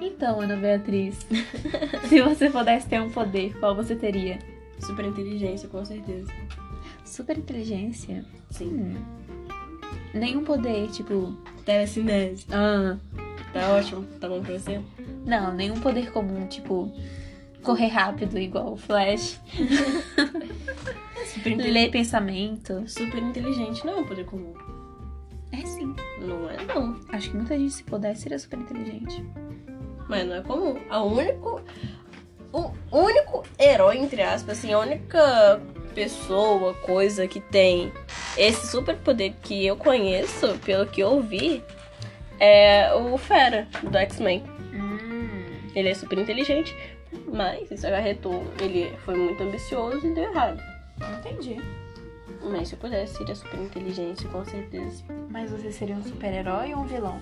Então, Ana Beatriz, se você pudesse ter um poder, qual você teria? Super inteligência, com certeza. Super inteligência? Sim. Hum. Nenhum poder, tipo. Telecinese. ah, Tá ótimo. Tá bom pra você? não, nenhum poder comum, tipo. Correr rápido igual o Flash. Super, inte- Ler pensamento. Super inteligente não é um poder comum. É sim. Não é não. Acho que muita gente, se pudesse, seria super inteligente. Mas não é comum. A único... O único herói, entre aspas, assim, a única pessoa, coisa que tem esse super poder que eu conheço, pelo que eu vi, é o Fera, do X-Men. Hum. Ele é super inteligente, mas isso acarretou. Ele foi muito ambicioso e deu errado. Entendi. Mas se eu pudesse, seria super inteligente, com certeza. Mas você seria um super-herói ou um vilão?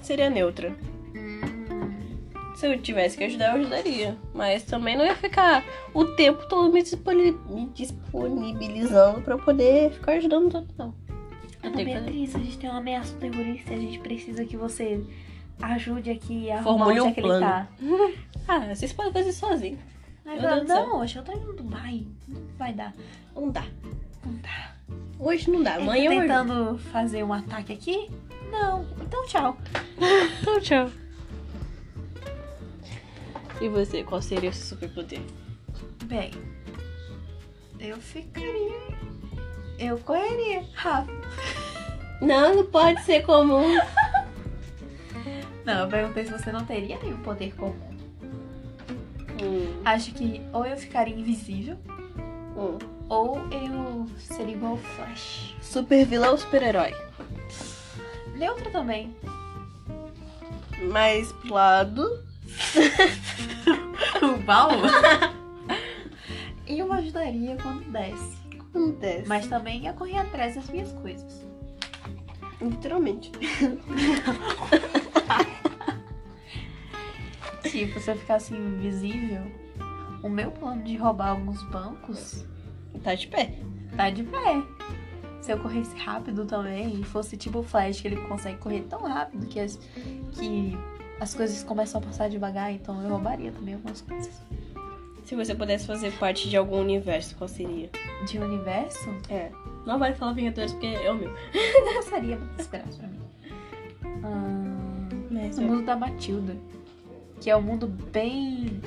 Seria neutra. Se eu tivesse que ajudar, eu ajudaria. Mas também não ia ficar o tempo todo me, disponi- me disponibilizando pra eu poder ficar ajudando todo não. Eu tenho que fazer. Beatriz, a gente tem uma ameaça terrorista e a gente precisa que você ajude aqui a Formule arrumar onde um é que ele plano. tá. Ah, vocês podem fazer sozinho. Meu Agora, Deus do céu. não, hoje eu tô indo no Dubai. Não vai dar. Não dá. Não dá. Hoje não dá. Ele Amanhã tá eu ajudo. tentando fazer um ataque aqui? Não. Então tchau. Então, tchau. E você, qual seria o seu superpoder? Bem, eu ficaria. Eu correria rápido. Não, não pode ser comum. Não, eu perguntei se você não teria nenhum poder comum. Hum, Acho que ou eu ficaria invisível, hum. ou eu seria igual o Flash. Super vilão ou super-herói? Neutro também. Mais pro lado. O baú? eu ajudaria quando desce. Acontece. Mas também ia correr atrás das minhas coisas. literalmente. Tipo, se eu ficasse invisível, o meu plano de roubar alguns bancos Tá de pé. tá de pé. Se eu corresse rápido também, e fosse tipo o Flash, que ele consegue correr tão rápido que as, que as coisas começam a passar devagar, então eu roubaria também algumas coisas. Se você pudesse fazer parte de algum universo, qual seria? De universo, É. Não vai falar Vingadores porque é o meu. eu gostaria muito esperar pra mim. Ahn. Mas O mundo da Matilda. Que é um mundo bem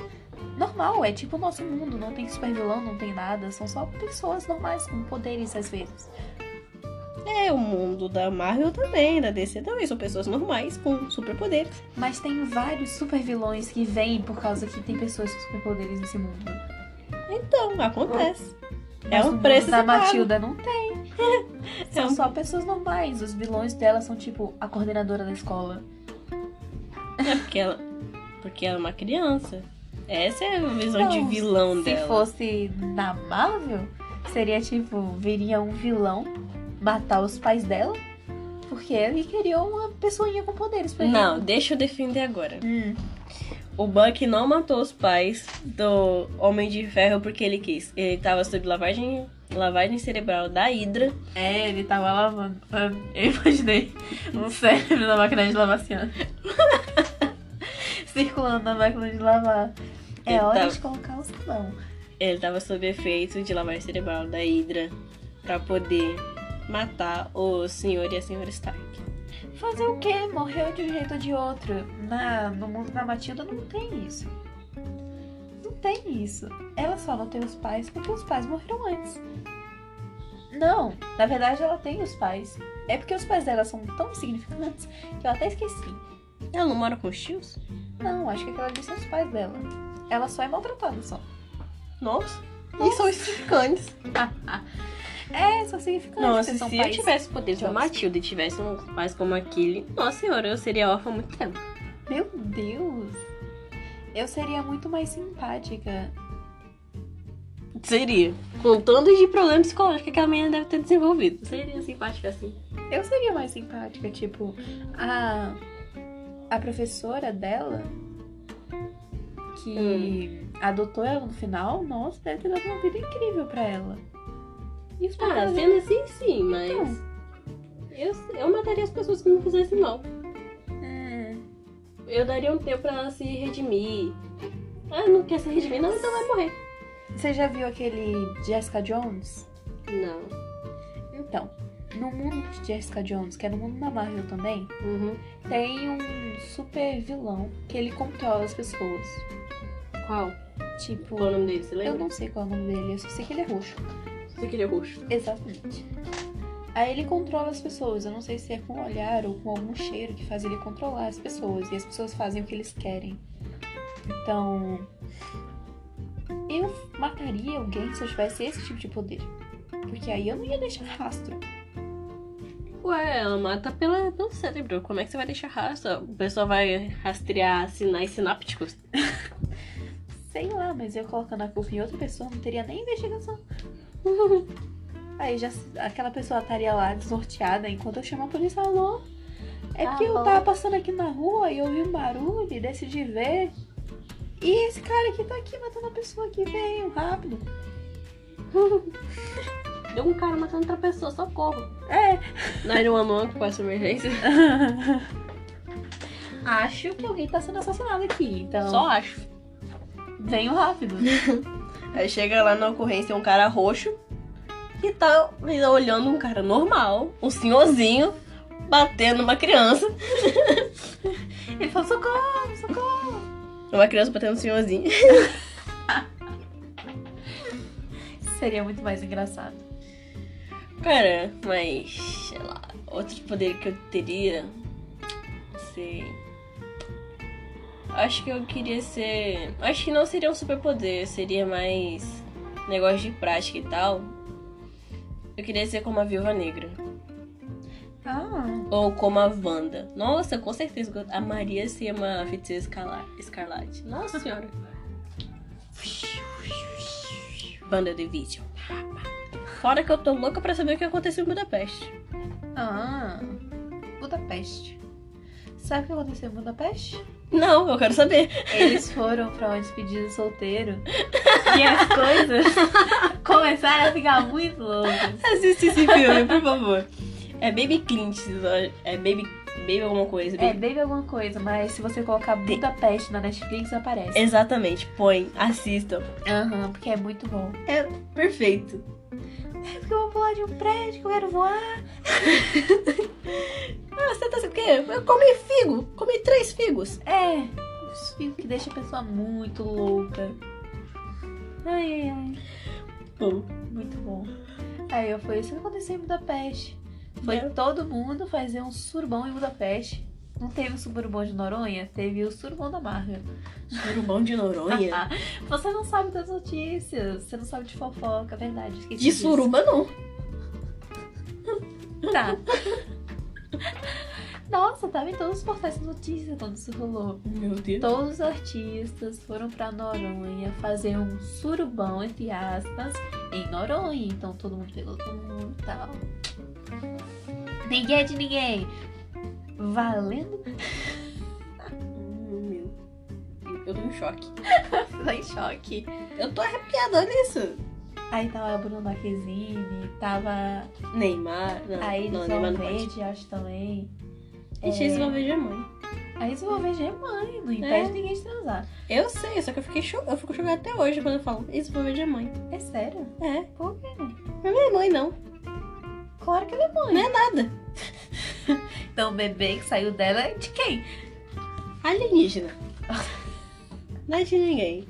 normal, é tipo o nosso mundo, não tem super vilão, não tem nada, são só pessoas normais com poderes às vezes. é o mundo da Marvel também, da DC também. São pessoas normais com superpoderes. Mas tem vários super vilões que vêm por causa que tem pessoas com superpoderes nesse mundo. Então, acontece. É Mas um no preço mundo da se paga. Matilda não tem. São um- só pessoas normais. Os vilões dela são tipo a coordenadora da escola. É porque ela, porque ela é uma criança. Essa é a visão Então, de vilão Se dela. fosse na Marvel, seria tipo, viria um vilão matar os pais dela, porque ele queria uma pessoinha com poderes pra ele. Não, deixa eu defender agora. Hum, O Buck não matou os pais do Homem de Ferro porque ele quis. Ele tava sob lavagem, lavagem cerebral da Hydra. É, ele tava lavando. Ah, Eu imaginei um cérebro na máquina de lavar assim, ó. Circulando na máquina de lavar. É Ele hora tava- de colocar o sabão. Ele tava sob efeito de lavagem cerebral da Hydra pra poder matar o senhor e a senhora Stark. Fazer o quê? Morreu de um jeito ou de outro. Na, no mundo da Matilda não tem isso. Não tem isso. Ela só não tem os pais porque os pais morreram antes. Não, na verdade ela tem os pais. É porque os pais dela são tão insignificantes que eu até esqueci. Ela não mora com os tios? Não, acho que aquela ali são os pais dela. Ela só é maltratada só. Nossa. E são insignificantes. É, são significantes. Nossa, porque são assim, se eu pais. tivesse poder de Nossa. Matilda e tivesse uns pais como aquele, nossa senhora, eu seria órfã há muito tempo. Meu Deus! Eu seria muito mais simpática. Seria. Com tanto de problema psicológico que a menina deve ter desenvolvido. Seria simpática assim. Eu seria mais simpática, tipo, a, a professora dela, Hum. que adotou ela no final, nossa, deve ter dado uma vida incrível pra ela. E os Ah, papéis sendo assim sim, mas. Então. Eu, eu mataria as pessoas que me fizessem mal. Hum, Eu, eu daria um tempo pra ela se redimir. Ah, não quer se redimir? Não, então vai morrer. Você já viu aquele Jessica Jones? Não. Então, no mundo de Jessica Jones, que é no mundo da Marvel também, Uhum. tem um super vilão que ele controla as pessoas. Qual? Tipo, Qual o nome dele? Você eu lembra? não sei qual é o nome dele, eu só sei que ele é roxo. Sei que ele é roxo. Exatamente. Aí ele controla as pessoas. Eu não sei se é com o olhar ou com algum cheiro que faz ele controlar as pessoas. E as pessoas fazem o que eles querem. Então. Eu mataria alguém se eu tivesse esse tipo de poder. Porque aí eu não ia deixar rastro. Ué, ela mata pela, pelo cérebro. Como é que você vai deixar rastro? O pessoal vai rastrear sinais sinápticos. Sei lá, mas eu colocando a culpa em outra pessoa não teria nem investigação. Aí já aquela pessoa estaria lá desnorteada enquanto eu chamo a polícia. Alô? É porque eu Alô? tava passando aqui na rua e ouvi um barulho e decidi ver. E esse cara aqui tá aqui matando a pessoa aqui, veio rápido. Deu um cara matando outra pessoa, socorro. É. 911 que passa emergência. Acho que alguém tá sendo assassinado aqui, então. Só acho. venho rápido. Aí chega lá na ocorrência um cara roxo e tá olhando um cara normal, um senhorzinho, batendo uma criança. Ele falou: socorro, socorro. Uma criança batendo um senhorzinho. Seria muito mais engraçado. Cara, mas sei lá, outro poder que eu teria. Não sei. Acho que eu queria ser. Acho que não seria um superpoder, seria mais negócio de prática e tal. Eu queria ser como a viúva negra. Ah, Ou como a Wanda. Nossa, com certeza que eu amaria ser uma feiticeira escala- escarlate. Nossa senhora. Wanda de vídeo. Fora que eu tô louca pra saber o que aconteceu em Budapeste. ah. Budapeste. Sabe o que aconteceu em Budapeste? Não, eu quero saber. Eles foram pra uma despedida solteiro e as coisas começaram a ficar muito loucas. Assiste esse filme, por favor. É Baby Clint, é Baby, Baby alguma coisa. É, Baby- baby alguma coisa, mas se você colocar Budapeste na Netflix, aparece. Exatamente, põe, assistam. Aham, porque é muito bom. Perfeito. É porque eu vou pular de um prédio que eu quero voar. Ah, você tá sabendo o quê? Eu comi figo, comi três figos. É, os filmes que deixa a pessoa muito louca. Ai, ai, ai, Bom, muito bom. Aí eu falei, isso que aconteceu em Budapeste. Foi Não. todo mundo fazer um surbão em Budapeste. Não teve o surbão de Noronha, teve o surbão da Marvel. surubão de Noronha. Você não sabe das notícias, você não sabe de fofoca, é verdade. esqueci De disso. suruba, não. Tá. Nossa, tava em todos os portais de notícias quando isso rolou. Meu Deus. Todos os artistas foram pra Noronha fazer um surubão, entre aspas, em Noronha. Então todo mundo pegou todo mundo e tal. Ninguém é de ninguém. Valendo Meu Deus. Eu tô em choque. tá em choque. Eu tô arrepiada, olha isso. Aí tava a Bruna Marquezine, tava Neymar. Não, a Iris não Neymar não pode. Valverde, acho também. Gente, eles vão ver mãe. A Iris Valverde é mãe, não impede ninguém de transar. Eu sei, só que eu fiquei cho... eu fico chocada até hoje quando eu falo, isso vou ver mãe. É sério? É, Por quê? não é minha mãe, não. Claro que ela é mãe. Não é nada. Então o bebê que saiu dela é de quem? Alienígena. não é de ninguém.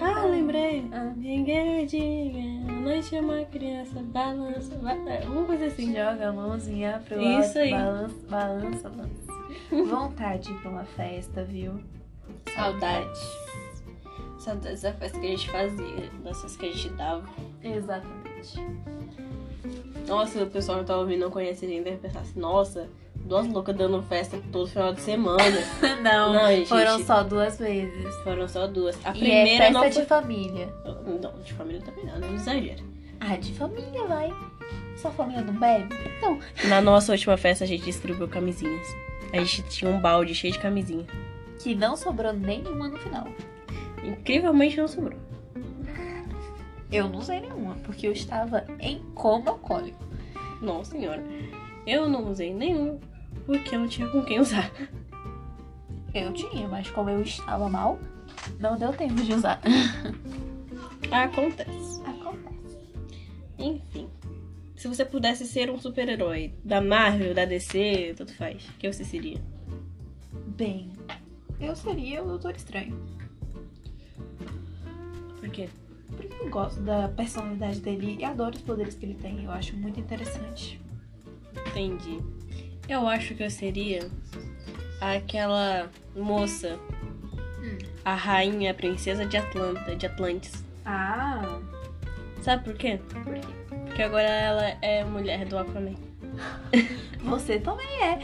Ah, lembrei. Ah. Ninguém é de ninguém. A Noite é uma criança, balança, balança. Uma coisa assim. Joga a mãozinha pro Isso alto, aí. balança, balança, balança. Vontade de ir pra uma festa, viu? Saudades. Saudades da festa que a gente fazia, dessas que a gente dava. Exatamente. Nossa, o pessoal que tá ouvindo não conhece ninguém deve pensar assim, nossa, duas loucas dando festa todo final de semana. Não, Não, gente. foram só duas vezes. Foram só duas. A e é primeira festa não foi. de família. Não, de família também não, não exagera. Ah, de família, vai. Sua família não bebe? Então, Na nossa última festa a gente distribuiu camisinhas. A gente tinha um balde cheio de camisinha. que não sobrou nenhuma no final. Incrivelmente não sobrou. Eu não usei nenhuma, porque eu estava em coma alcoólico. Nossa senhora. Eu não usei nenhum, porque eu não tinha com quem usar. Eu tinha, mas como eu estava mal, não deu tempo de usar. Acontece. Acontece. Enfim. Se você pudesse ser um super-herói da Marvel, da DC, tanto faz, que você seria? Bem, eu seria o Doutor Estranho. Porque Porque eu gosto da personalidade dele e adoro os poderes que ele tem. Eu acho muito interessante. entendi. Eu acho que eu seria aquela moça, Hum. a rainha, a princesa de Atlanta, de Atlantis. Ah, Sabe por quê? por quê? Porque agora ela é mulher do Aquaman. Você também é.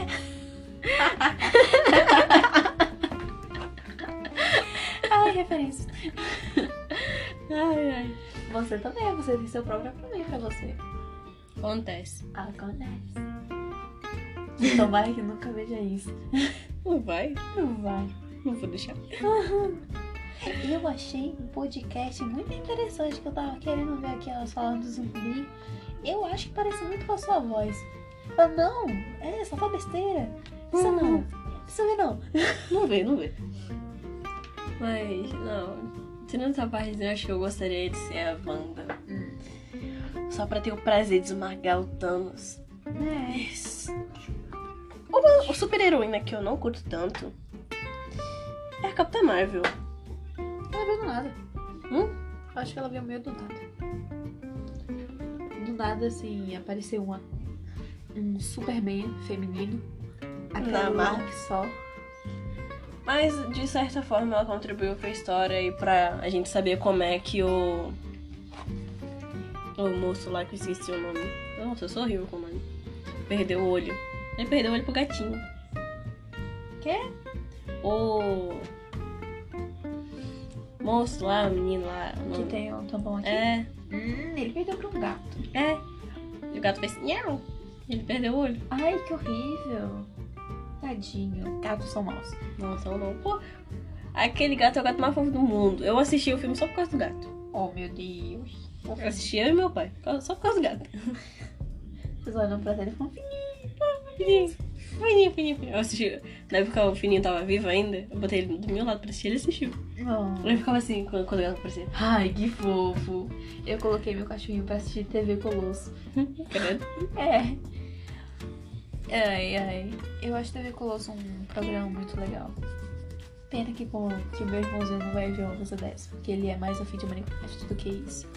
Ai, referência. Ai, ai. Você também é, você tem seu próprio problema pra você. Acontece. Acontece. Tomara que nunca veja isso. Não vai? Não vai. Não vou deixar. Eu achei um podcast muito interessante que eu tava querendo ver aqui elas falando do zumbi. Eu acho que parece muito com a sua voz. Mas não, é só fala besteira. Isso não. Isso não. Não vê, não vê. Mas, não. Tirando essa parte, eu acho que eu gostaria de ser a Wanda. Hum. Só pra ter o prazer de esmagar o Thanos. É. Uma super-heroína que eu não curto tanto é a Capitã Marvel. Ela viu do tá nada. Hum? Acho que ela veio meio do nada. Do nada, assim, apareceu uma, um Superman feminino. Na Aquela Marvel. look só. Mas, de certa forma, ela contribuiu pra história e pra a gente saber como é que o. O moço lá que eu esqueci o nome. Nossa, eu sou horrível com o nome. Perdeu o olho. Ele perdeu o olho pro gatinho. é? Quê? O. Moço lá, o menino lá. o Que nome- tem um tampão aqui. É, Hum, ele perdeu pra um gato. é. E o gato fez. Nhau! E Ele perdeu o olho. Ai, que horrível. Tadinho. Gatos são maus. Nossa, eu não. Pô, aquele gato é o gato mais fofo do mundo. Eu assisti o filme só por causa do gato. Oh, meu Deus. Eu assisti eu e meu pai. Só por causa do gato. Vocês olham pra tela e falam, "Ih, Fininho, fininho, fininho. fininho. Eu assisti. Na época o fininho tava vivo ainda. Eu botei ele do meu lado pra assistir, ele assistiu. não. Ele ficava assim quando, quando o gato aparecia. Ai, que fofo. Eu coloquei meu cachorrinho pra assistir TV Colosso. Credo. É. Ai, ai. Eu acho TV Colosso um programa muito legal. Pena que, pô, que o meu irmãozinho não vai ver uma coisa dessa, porque ele é mais afim de Minecraft do que isso.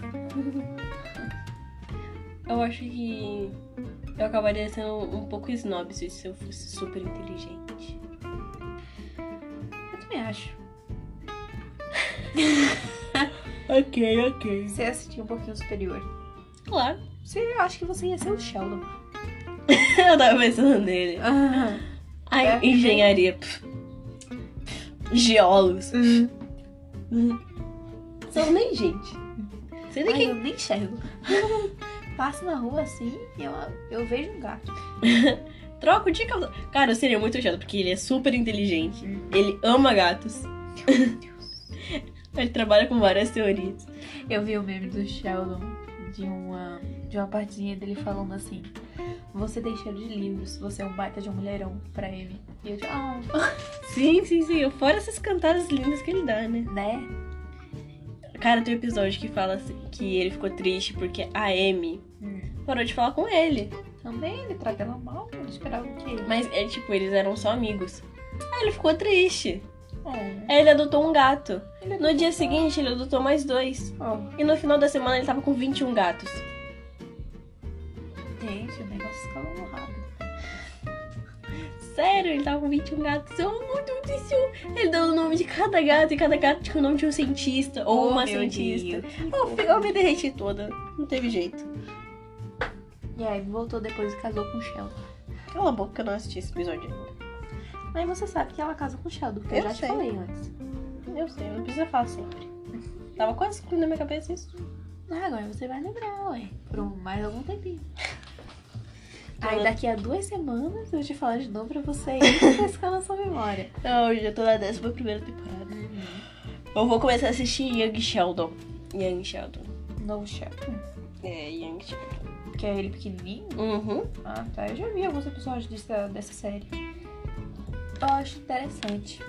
Eu acho que eu acabaria sendo um pouco snob se eu fosse super inteligente. Eu também acho. Ok, ok. Você assistir um pouquinho superior. Claro. Você, eu acho que você ia ser o Sheldon. eu tava pensando nele. Ah. Ai, É. engenharia. pff. Geólogos. Uhum. São nem gente. Sei nem Ai, quem. eu nem enxergo. é Passo na rua assim e eu, eu vejo um gato. Troco de calça. Cara, eu seria muito chato, porque ele é super inteligente. Ele ama gatos. Ele trabalha com várias teorias. Eu vi o meme do Sheldon de uma, de uma partezinha dele falando assim: Você tem cheiro de livros, você é um baita de um mulherão pra ele. E eu digo, ah, Sim, sim, sim. Fora essas cantadas lindas que ele dá, né? né? Cara, tem um episódio que fala assim- que ele ficou triste porque a Amy Hum. parou de falar com ele. Também ele trata ela mal, ele esperava o quê? Mas é tipo, eles eram só amigos. Aí ele ficou triste. É. Aí ele adotou um gato. Ele é No dia seguinte, ele adotou mais dois. Oh, E no final da semana, ele tava com 21 gatos. gente, o negócio escalou rápido. Sério, ele tava com 21 gatos. Eu amo muito, muito isso. Ele dando o nome de cada gato e cada gato tinha o nome de um cientista ou Oh, uma meu cientista. Deus. Eu, fi- eu me derreti toda. Não teve jeito. E aí voltou depois e casou com o Sheldon. Cala a boca que eu não assisti esse episódio ainda. Mas você sabe que ela casa com o Sheldon, porque eu, Eu já sei. te falei antes. Eu sei, não precisa falar sempre. Tava quase excluindo na minha cabeça isso. Ah, agora você vai lembrar, ué. Por um- mais algum tempinho. Aí Toda- daqui a duas semanas eu te falar de novo pra você ir refrescando a sua memória. Não, Então, eu já tô na décima primeira temporada. Uhum. Eu vou começar a assistir Young Sheldon. Young Sheldon. Novo Sheldon. É, Young Sheldon. Que é ele pequenininho? Uhum. Ah, tá. Eu já vi alguns episódios dessa, dessa série. Eu acho interessante.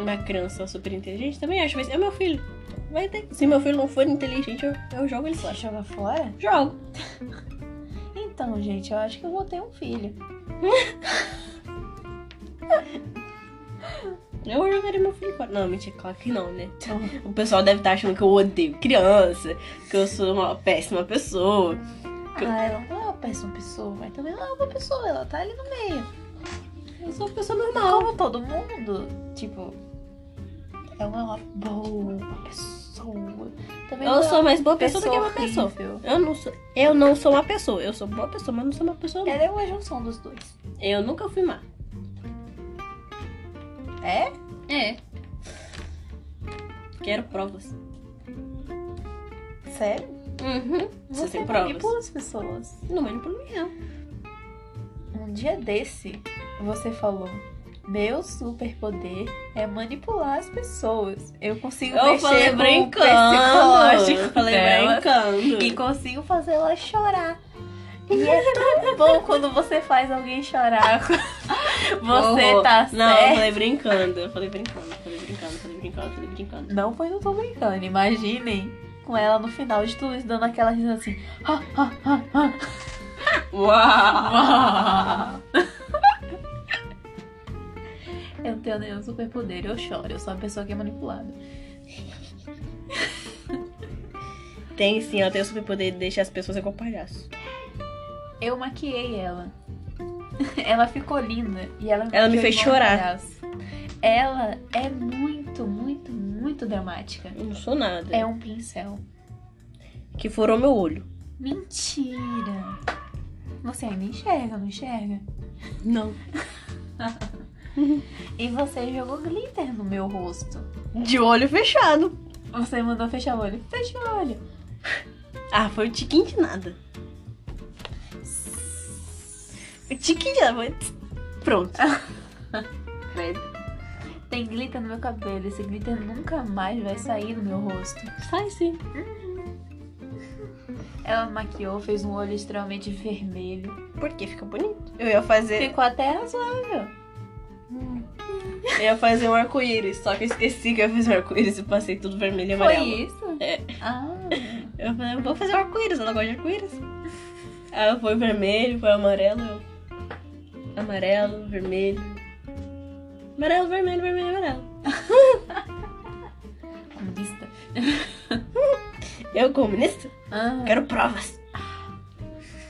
uma criança super inteligente, também acho, mas é meu filho. Vai ter. Se meu filho não for inteligente, eu, eu jogo ele Você fora. joga fora? Jogo. Então, gente, eu acho que eu vou ter um filho. Eu jogaria meu filho fora. Não, mentira, claro que não, né? O pessoal deve estar achando que eu odeio criança, que eu sou uma péssima pessoa. Ah, ela não é uma péssima pessoa, mas também não é uma pessoa, ela tá ali no meio. Eu sou uma pessoa normal. Como todo mundo, tipo, ela não é uma boa pessoa. Também não Eu é sou uma mais boa pessoa do que uma pessoa. horrível. Eu não sou, eu não sou uma pessoa. Eu sou boa pessoa, mas não sou uma pessoa. boa. Ela é uma junção dos dois. Eu nunca fui má. É? É. Quero provas. Sério? Uhum. Você, tem provas? manipula as pessoas. Não manipulo ninguém. não. Um dia desse, você falou. Meu superpoder é manipular as pessoas. Eu consigo Eu mexer falei com o brincando. psicológico né? Eu dela. falei brincando. e consigo fazer ela chorar. E é tão bom quando você faz alguém chorar. Você Horror. tá Não, eu certo. falei brincando. Eu falei brincando. Eu falei brincando. Eu falei brincando. Eu falei brincando. Não foi no Tô Brincando, imaginem. Com ela no final de tudo isso, dando aquela risada assim. "Ah, ah, ah, ah." Uau! Eu não tenho nenhum superpoder, eu choro. Eu sou uma pessoa que é manipulada. Tem sim, ela tem o superpoder de deixar as pessoas igual palhaço. Eu maquiei ela. Ela ficou linda e ela Ela me maquiou fez igual um chorar. palhaço. Ela é muito, muito, muito dramática. Eu não sou nada. É um pincel. Que furou meu olho. Mentira! Você ainda enxerga, não enxerga? Não. E você jogou glitter no meu rosto. De olho fechado. Você mandou fechar o olho. Fecha o olho. Ah, foi o tiquinho de nada. O tiquinho de nada foi... Pronto. Mas Tem glitter no meu cabelo. Esse glitter nunca mais vai sair do meu rosto. Sai sim. Ela maquiou, fez um olho extremamente vermelho. Porque fica bonito. Eu ia fazer... Ficou até razoável. Eu ia fazer um arco-íris, só que eu esqueci que eu fiz um arco-íris e passei tudo vermelho e Foi amarelo. isso? É. Ah, Eu falei, eu vou fazer um arco-íris, ela gosta de arco-íris. Aí foi vermelho, foi amarelo. eu- Amarelo, vermelho. Amarelo, vermelho, vermelho, amarelo. comunista. Eu comunista? Ah, Quero provas.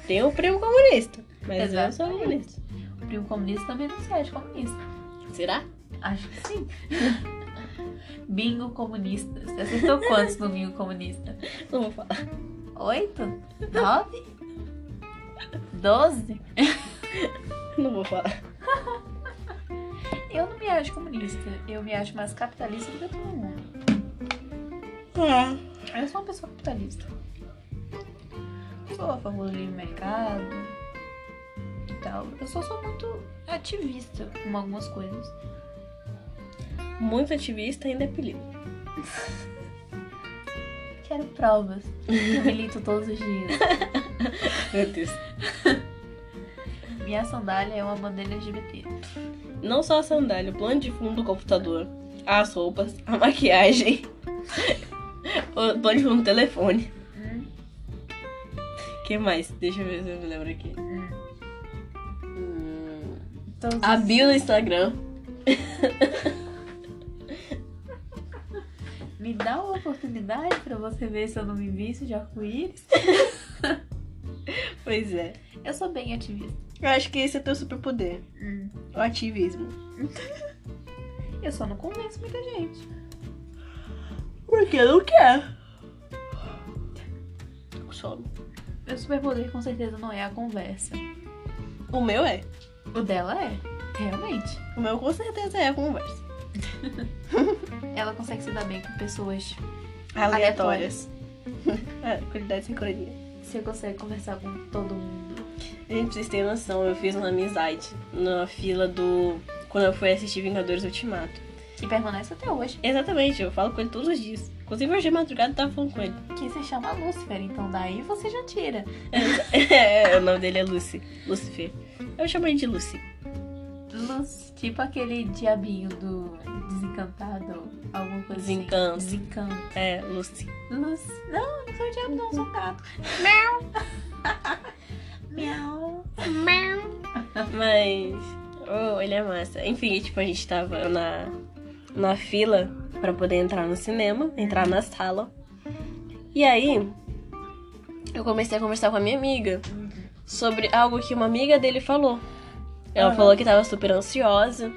Tem um primo comunista, mas eu sou Exatamente. comunista. o primo comunista também não serve de comunista. Será? Acho que sim. Bingo comunista. Você acertou quantos no bingo comunista? Não vou falar. Oito? Nove? Doze? Não vou falar. Eu não me acho comunista. Eu me acho mais capitalista do que todo mundo. É. Eu sou uma pessoa capitalista. Sou a favor do livre mercado e tal. Eu só sou muito ativista com algumas coisas. Muito ativista ainda é apelido. Quero provas. Eu milito todos os dias. Meu Deus. Minha sandália é uma bandeira LGBT. Não só a sandália, o plano de fundo do computador, as roupas, a maquiagem, o plano de fundo do telefone. Hum, O que mais? Deixa eu ver se eu me lembro aqui. hum. Hum, Todos A os- bio do Instagram. Me dá uma oportunidade pra você ver se eu não me visto de arco-íris. Pois é. Eu sou bem ativista. Eu acho que esse é teu superpoder. Hum. O ativismo. Eu só não convenço muita gente. Porque não quer. Tô com sono. Meu superpoder com certeza não é a conversa. O meu é. O dela é, realmente. O meu com certeza é a conversa. Ela consegue se dar bem com pessoas. Aleatórias. é, qualidade e sincronia. Você consegue conversar com todo mundo. Gente, pra vocês terem noção, eu fiz uma amizade na fila do. Quando eu fui assistir Vingadores Ultimato. E permanece até hoje. Exatamente, eu falo com ele todos os dias. Inclusive hoje de madrugada eu tava falando com ele. Que se chama Lúcifer, então daí você já tira. É, o nome dele é Lucy. Lucifer. Eu chamo ele de Lucy. menos tipo aquele diabinho do desencantado, alguma coisa Desencanto. assim. Desencanto. É, Lucy. Luz. Não, eu não sou o diabo, não, eu sou um gato. Miau. Mas. Oh, ele é massa. Enfim, tipo, a gente tava na, na fila pra poder entrar no cinema, entrar na sala. E aí, eu comecei a conversar com a minha amiga sobre algo que uma amiga dele falou. Ela Ah. falou que tava super ansiosa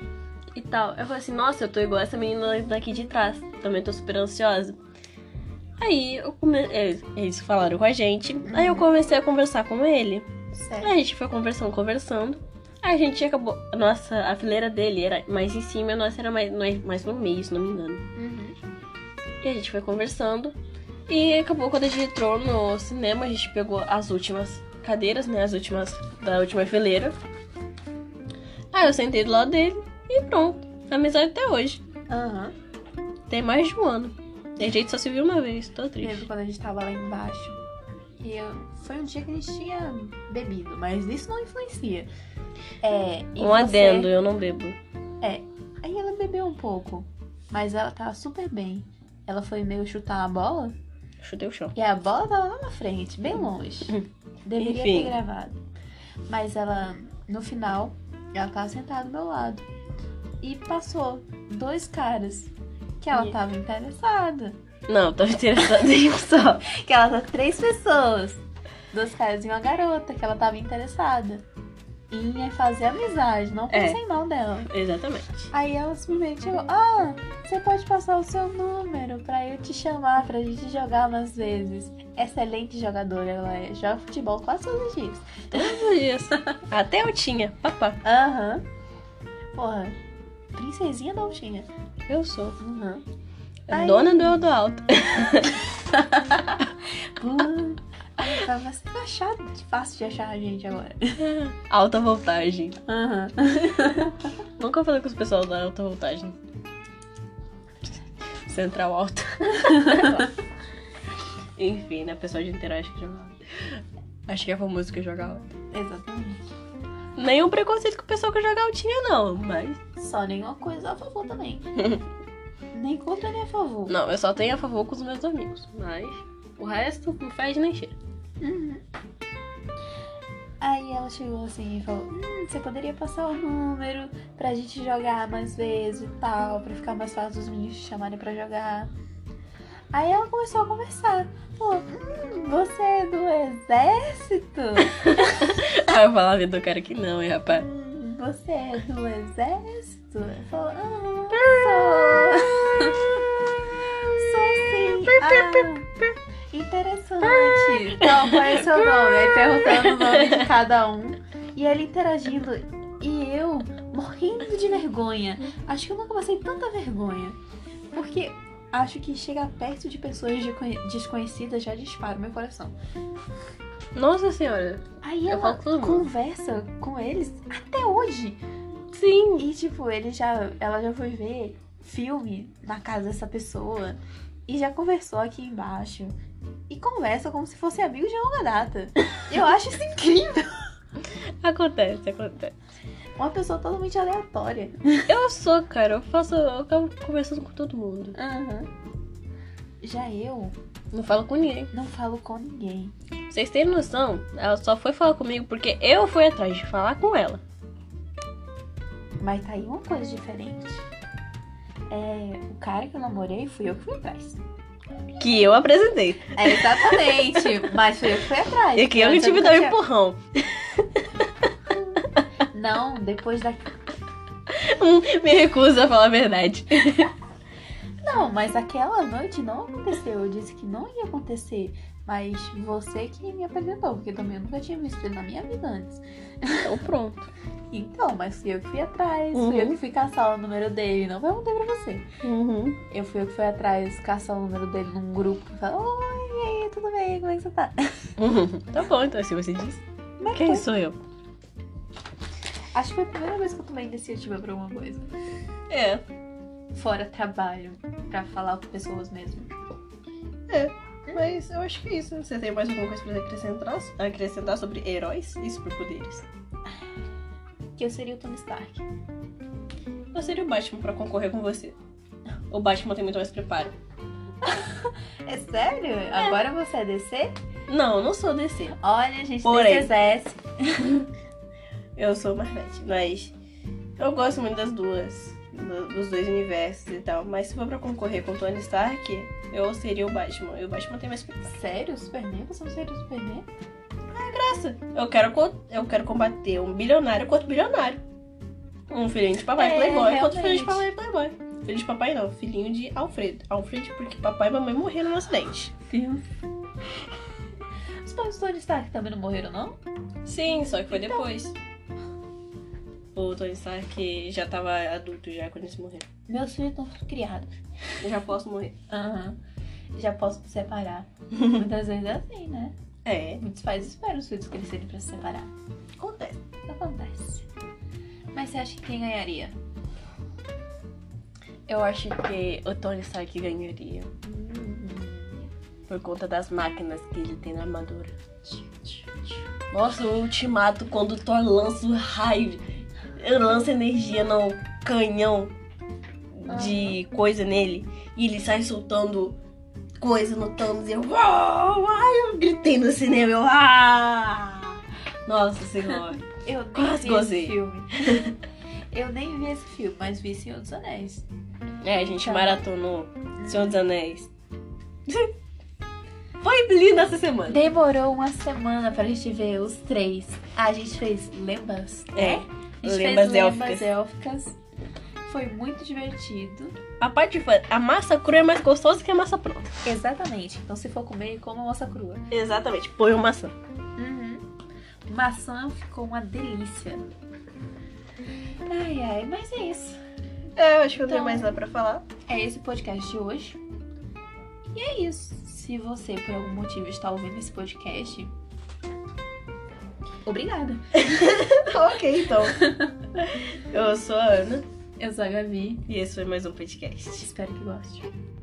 e tal. Eu falei assim, nossa, eu tô igual essa menina daqui de trás. Também tô super ansiosa. Aí eu come... eles- eles falaram com a gente. Aí eu comecei a conversar com ele. Sério. A gente foi conversando, conversando. Aí A gente acabou. Nossa, a fileira dele era mais em cima, a nossa era mais, mais- mais no meio, se não me engano. Uhum. E a gente foi conversando. E acabou quando a gente entrou no cinema, a gente pegou as últimas cadeiras, né? As últimas da última fileira. Aí eu sentei do lado dele e pronto. Amizade até hoje. Aham. Tem mais de um ano. E a gente só se viu uma vez, tô Lembro triste. quando a gente tava lá embaixo. E eu- foi um dia que a gente tinha bebido, mas isso não influencia. É, e Um você- adendo, eu não bebo. Aí ela bebeu um pouco, mas ela tava super bem. Ela foi meio chutar a bola Chutei o chão. e a bola tava lá na frente, bem longe. Deveria Enfim. ter gravado. Mas ela, no final, ela tava sentada do meu lado. E passou dois caras que ela E- tava interessada. Não, tava interessado em um só. Que ela tá três pessoas. Dois caras e uma garota que ela tava interessada. Em é fazer amizade, não É. pensei mal dela. Exatamente. Aí ela simplesmente chegou, ah, você pode passar o seu número pra eu te chamar, pra gente jogar umas vezes. Excelente jogadora, ela é, joga futebol quase todos os dias. Todos os dias. Até eu tinha. Papá, Aham. Porra, princesinha não tinha. eu sou. Aham. a Ai. Dona do Eldo Alto. Uhum. Vai ser assim, achado, fácil de achar a gente agora. Alta voltagem. Aham. Nunca falei com os pessoal da alta voltagem. Central alta. Enfim, né? Pessoal de Niterói acho que joga alto. Acho que é famoso que joga alto. Exatamente. Nenhum preconceito com o pessoal que joga alto tinha, não. Mas. Só nenhuma coisa a favor também. nem contra nem a favor. Não, eu só tenho a favor com os meus amigos. Mas. O resto não faz nem cheiro. Uhum. Aí ela chegou assim e falou: hum, você poderia passar o número pra gente jogar mais vezes e tal, pra ficar mais fácil os meninos te chamarem pra jogar. Aí ela começou a conversar. Falou: hum, você é do exército? Aí eu falava do cara que não, hein, rapaz. Hum, você é do exército? Ela Falou: ah, sou. sou sim. Ah, interessante. Então, qual é o seu nome? Aí perguntando o nome de cada um. E ele interagindo. E eu morrendo de vergonha. Acho que eu nunca passei tanta vergonha. Porque acho que chegar perto de pessoas de conhe- desconhecidas já dispara o meu coração. Nossa senhora. Aí Eu ela falo com É todo mundo. conversa com eles até hoje. Sim. E tipo, ele já, ela já foi ver filme na casa dessa pessoa e já conversou aqui embaixo. E conversa como se fosse amigo de longa data. Eu acho isso incrível. Acontece, acontece. Uma pessoa totalmente aleatória. Eu sou, cara, eu faço. Eu acabo conversando com todo mundo. Já eu Não falo com ninguém. não falo com ninguém. Vocês têm noção? Ela só foi falar comigo porque eu fui atrás de falar com ela. Mas tá aí uma coisa diferente. É, o cara que eu namorei fui eu que fui atrás. Que eu apresentei. É, exatamente. Mas fui eu que fui atrás. E que eu que Antes tive que nunca dar um tinha- empurrão. Não, depois da Hum, Me recuso a falar a verdade. Não, mas aquela noite não aconteceu. Eu disse que não ia acontecer. Mas você que me apresentou, porque também eu nunca tinha visto ele na minha vida antes. Então pronto. Então, mas fui eu que fui atrás, fui eu Uhum. que fui caçar o número dele. Não perguntei pra você. Uhum. Eu fui eu que fui atrás, caçar o número dele num grupo. Falei, oi, e aí, tudo bem? Como é que você tá? Tá bom, então se você diz. Mas Quem foi- sou eu? Acho que foi a primeira vez que eu tomei iniciativa pra alguma coisa. É. Fora trabalho, pra falar com pessoas mesmo. Mas eu acho que é isso. Você tem mais alguma coisa pra acrescentar, acrescentar sobre heróis e superpoderes? Que eu seria o Tony Stark. Eu seria o Batman pra concorrer com você. O Batman tem muito mais preparo. É sério? Agora você é DC? Não, eu não sou DC. Olha, gente, Porém. tem CSS. Eu sou Marvete, mas eu gosto muito das duas, do- dos dois universos e tal. Mas se for pra concorrer com Tony Stark, eu seria o Batman. E o Batman tem mais preparo. Sério? Superman? Você não seria o Superman? Graça. Eu quero, co- eu quero combater um bilionário contra um bilionário. Um filhinho de papai É, playboy contra um realmente. filhinho de papai playboy. Filho de papai não, filhinho de Alfredo. Alfredo porque papai e mamãe morreram no acidente. Deus. Os pais do Tony Stark também não morreram, não? Sim, só que foi depois. O Tony Stark já tava adulto já quando eles morreram. Meus filhos estão criados. Eu já posso morrer. Aham. Já posso me separar. Muitas vezes é assim, né? É, Muitos pais esperam os filhos crescerem pra se separar. acontece. Acontece. Mas você acha que quem ganharia? Eu acho. Porque o Tony Stark ganharia Hum, por conta das máquinas que ele tem na armadura. Nossa, o ultimato quando o Thor lança o raio, ele lança energia no canhão de coisa nele e ele sai soltando coisa no Thanos e eu, "Uau!" ai, eu gritei no cinema, eu, ah! Nossa senhora. Eu nem Quase vi gozei. esse filme. Eu nem vi esse filme, mas vi Senhor dos Anéis. É, a gente Tá. maratonou Senhor dos Anéis. Foi lindo essa semana. Demorou uma semana pra gente ver os três. Ah, A gente fez lembas, É, né? A gente lembas fez élficas. lembas élficas. Foi muito divertido. A parte fã, a massa crua é mais gostosa que a massa pronta. Exatamente. Então se for comer, coma moça crua. Exatamente, põe uma maçã. Uhum. Maçã ficou uma delícia. Ai, ai, mas é isso. É, eu acho que eu não tenho mais nada pra falar. É esse o podcast de hoje. E é isso. Se você, por algum motivo, está ouvindo esse podcast, obrigada. ok, então. eu sou a Ana Eu sou a Gabi. e esse foi mais um podcast. Espero que goste.